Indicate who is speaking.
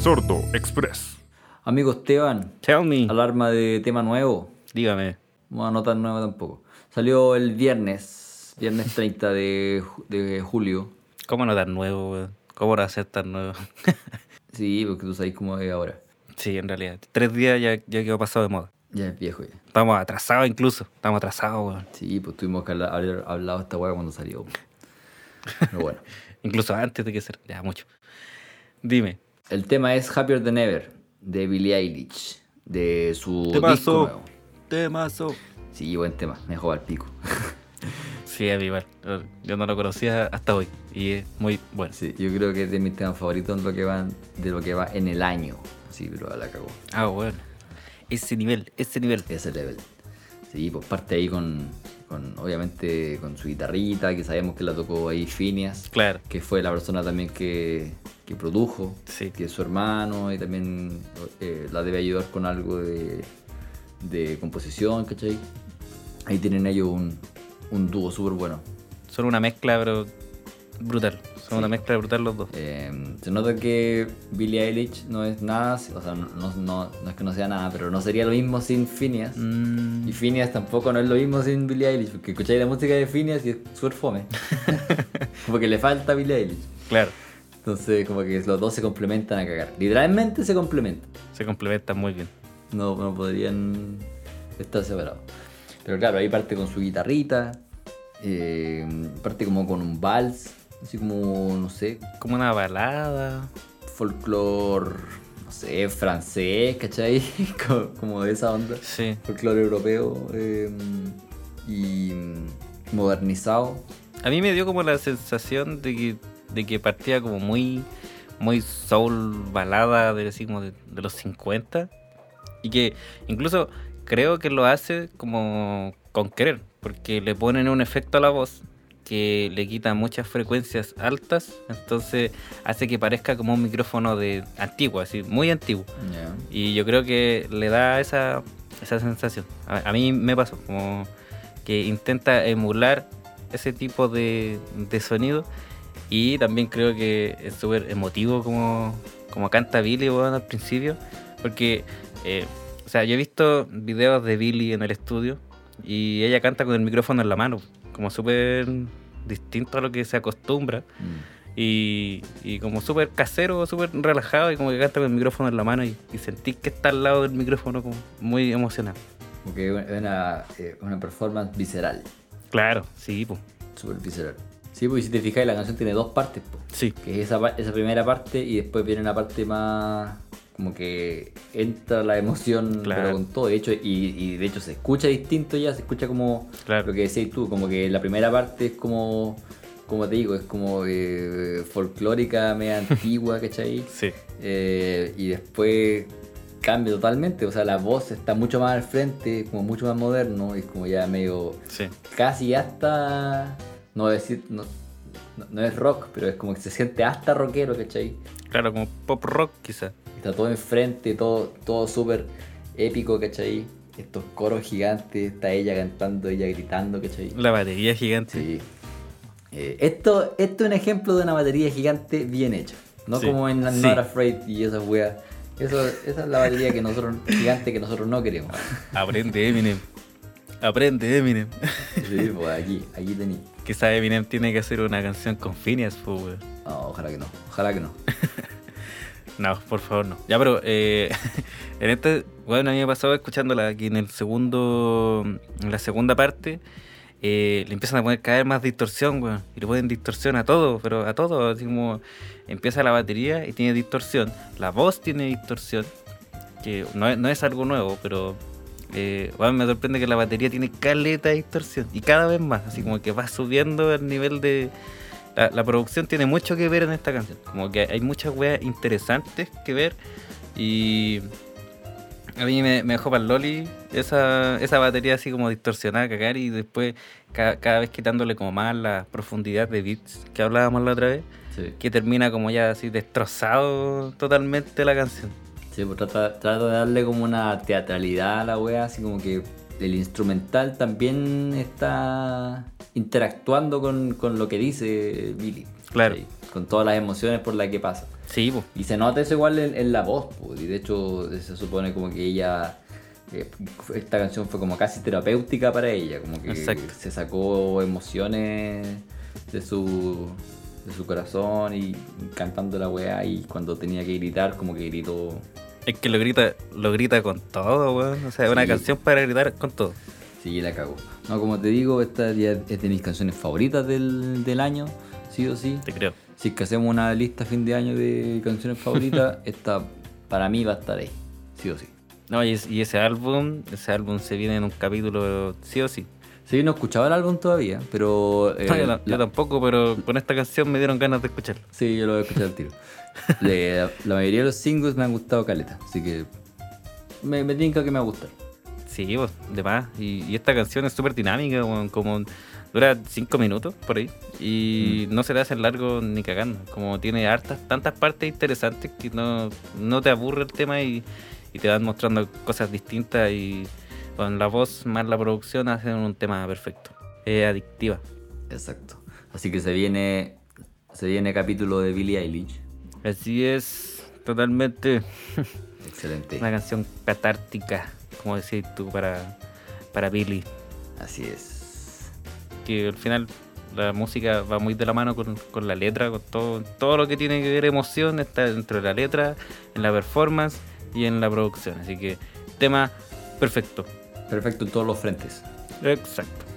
Speaker 1: Sordo Express.
Speaker 2: Amigo Esteban,
Speaker 3: Tell me.
Speaker 2: alarma de tema nuevo.
Speaker 3: Dígame.
Speaker 2: No, no tan nuevo tampoco. Salió el viernes, viernes 30 de, ju- de julio.
Speaker 3: ¿Cómo no tan nuevo, weón? ¿Cómo no hacer tan nuevo?
Speaker 2: Sí, porque tú sabes cómo es ahora.
Speaker 3: sí, en realidad. Tres días ya, ya quedó pasado de moda.
Speaker 2: Ya es viejo ya.
Speaker 3: Estamos atrasados incluso. Estamos atrasados, weón.
Speaker 2: Sí, pues tuvimos que habla- haber hablado esta hueá cuando salió. Pero bueno.
Speaker 3: Incluso antes de que se... Ya, mucho. Dime.
Speaker 2: El tema es Happier Than Ever, de Billie Eilish, de su disco
Speaker 3: Temazo.
Speaker 2: nuevo.
Speaker 3: Temazo.
Speaker 2: Sí, buen tema, me dejó al pico.
Speaker 3: Sí, a mí igual. Yo no lo conocía hasta hoy. Y es muy bueno.
Speaker 2: Sí, yo creo que es de mis temas favoritos en lo que van, de lo que va en el año. Sí, pero la cagó.
Speaker 3: Ah, bueno. Ese nivel, ese nivel.
Speaker 2: Ese level. Sí, pues parte ahí con, con, obviamente, con su guitarrita, que sabemos que la tocó ahí Phineas,
Speaker 3: Claro.
Speaker 2: que fue la persona también que, que produjo,
Speaker 3: Sí.
Speaker 2: que es su hermano, y también eh, la debe ayudar con algo de, de composición, ¿cachai? Ahí tienen ellos un, un dúo súper bueno.
Speaker 3: Son una mezcla, pero brutal. Son una mezcla brutal los dos.
Speaker 2: Eh, se nota que Billie Eilish no es nada, o sea, no, no- no- no es que no sea nada, pero no sería lo mismo sin Phineas.
Speaker 3: Mm,
Speaker 2: Y Phineas tampoco no es lo mismo sin Billie Eilish, porque escucháis la música de Phineas y es súper fome. como que le falta Billie Eilish.
Speaker 3: claro.
Speaker 2: Entonces, como que los dos se complementan a cagar. Literalmente se complementan.
Speaker 3: Se complementan muy bien.
Speaker 2: No, no podrían estar separados. Pero claro, ahí parte con su guitarrita, eh, parte como con un vals, así como, no sé,
Speaker 3: Como una balada.
Speaker 2: folclore, no sé, francés, ¿cachai? como, como de esa onda.
Speaker 3: Sí.
Speaker 2: Folclore europeo eh, y mm, modernizado.
Speaker 3: A mí me dio como la sensación de que, de que partía como muy, muy soul balada de, así como de, de los 50. Y que incluso creo que lo hace como con querer, porque le ponen un efecto a la voz que le quita muchas frecuencias altas, entonces hace que parezca como un micrófono de antiguo, así, muy antiguo.
Speaker 2: Ya.
Speaker 3: Y yo creo que le da esa, esa sensación. A, a mí me pasó, como que intenta emular ese tipo de, de sonido. Y también creo que es súper emotivo como, como canta Billy weón, al principio. Porque, eh, o sea, yo he visto videos de Billy en el estudio y ella canta con el micrófono en la mano, como súper distinto a lo que se acostumbra
Speaker 2: Mm.
Speaker 3: y, y como súper casero, súper relajado y como que canta con el micrófono en la mano y, y sentís que está al lado del micrófono como muy emocionado.
Speaker 2: Porque es una, eh, una performance visceral,
Speaker 3: Claro, sí, pues.
Speaker 2: súper visceral. Sí, porque si te fijas, la canción tiene dos partes, po.
Speaker 3: Sí,
Speaker 2: que es esa, pa- esa primera parte y después viene una parte más como que entra la emoción
Speaker 3: Claro.
Speaker 2: pero con todo de hecho y, y de hecho se escucha distinto ya se escucha como
Speaker 3: Claro.
Speaker 2: lo que decís tú como que la primera parte es como como te digo es como eh, folclórica media antigua ¿cachai?
Speaker 3: sí.
Speaker 2: Eh, y después cambia totalmente o sea la voz está mucho más al frente es como mucho más moderno y es como ya medio
Speaker 3: Sí,
Speaker 2: casi hasta. No voy a decir. No, no- no es rock, pero es como que se siente hasta rockero, ¿cachai?
Speaker 3: claro, como pop rock quizás.
Speaker 2: Está todo enfrente, todo, todo súper épico, ¿cachai? Estos coros gigantes, está ella cantando, ella gritando, ¿cachai?
Speaker 3: La batería gigante.
Speaker 2: Sí. Eh, esto, esto es un ejemplo de una batería gigante bien hecha. No
Speaker 3: Sí.
Speaker 2: como en la
Speaker 3: Sí.
Speaker 2: Not Afraid y esas weas. Eso, esa es la batería que nosotros, gigante que nosotros no queremos.
Speaker 3: Aprende Eminem. Aprende Eminem.
Speaker 2: Sí, pues aquí, aquí tenéis.
Speaker 3: Quizás Eminem tiene que hacer una canción con Phineas, po, weón.
Speaker 2: No, ojalá que no, ojalá que no.
Speaker 3: No, por favor, no. Ya, pero eh, en este, bueno, a mí me pasaba escuchándola aquí en el segundo, en la segunda parte, eh, le empiezan a poner cada vez más distorsión, weón. Y le ponen distorsión a todo, pero a todo. Así como empieza la batería y tiene distorsión. La voz tiene distorsión, que no es, no es algo nuevo, pero eh, weón, me sorprende que la batería tiene caleta de distorsión. Y cada vez más, así como que va subiendo el nivel de, la, la producción tiene mucho que ver en esta canción. Como que hay muchas weas interesantes que ver. Y a mí me, me dejó para el Loli esa, esa batería así como distorsionada, cagar. Y después ca- cada vez quitándole como más la profundidad de beats que hablábamos la otra vez.
Speaker 2: Sí.
Speaker 3: Que termina como ya así destrozado totalmente la canción.
Speaker 2: Sí, pues trata, trata de darle como una teatralidad a la wea, así como que el instrumental también está interactuando con, con lo que dice Billy.
Speaker 3: Claro.
Speaker 2: ¿cachai? Con todas las emociones por las que pasa.
Speaker 3: Sí, po.
Speaker 2: Y se nota eso igual en, en la voz, po, y de hecho se supone como que ella, eh, esta canción fue como casi terapéutica para ella, como que
Speaker 3: Exacto.
Speaker 2: se sacó emociones de su, de su corazón y cantando la weá y cuando tenía que gritar como que gritó.
Speaker 3: Es que lo grita, lo grita con todo, weón. O sea, es una
Speaker 2: Sí.
Speaker 3: canción para gritar con todo.
Speaker 2: Sí, la cagó. No, como te digo, esta ya es de mis canciones favoritas del, del año, sí o sí.
Speaker 3: Te creo.
Speaker 2: Si es que hacemos una lista a fin de año de canciones favoritas, esta para mí va a estar ahí, sí o sí.
Speaker 3: No, y, es- y ese álbum, ese álbum se viene en un capítulo sí o sí.
Speaker 2: Sí, no escuchaba el álbum todavía, pero. eh,
Speaker 3: No, Ah, yo, no- yo
Speaker 2: la-
Speaker 3: tampoco, pero con esta canción me dieron ganas de escucharlo.
Speaker 2: Sí, yo lo voy a escuchar al tiro. Le- la, mayoría de los singles me han gustado caleta, así que. Me, me tinca que me va a gustar.
Speaker 3: Sí, pues, de más. Y, y esta canción es súper dinámica, weón, como dura cinco minutos por ahí. Y no se te hace largo ni cagando. Como tiene hartas, tantas partes interesantes que no, no te aburre el tema y, y te van mostrando cosas distintas. Y con la voz más la producción hacen un tema perfecto. Es adictiva.
Speaker 2: Exacto. Así que se viene. Se viene capítulo de Billie Eilish.
Speaker 3: Así es, totalmente
Speaker 2: Excelente.
Speaker 3: una canción catártica, como decís tú, para, para Billy.
Speaker 2: Así es.
Speaker 3: que al final la música va muy de la mano con, con la letra, con todo, todo lo que tiene que ver emoción está dentro de la letra, en la performance y en la producción. Así que tema perfecto.
Speaker 2: Perfecto en todos los frentes.
Speaker 3: Exacto.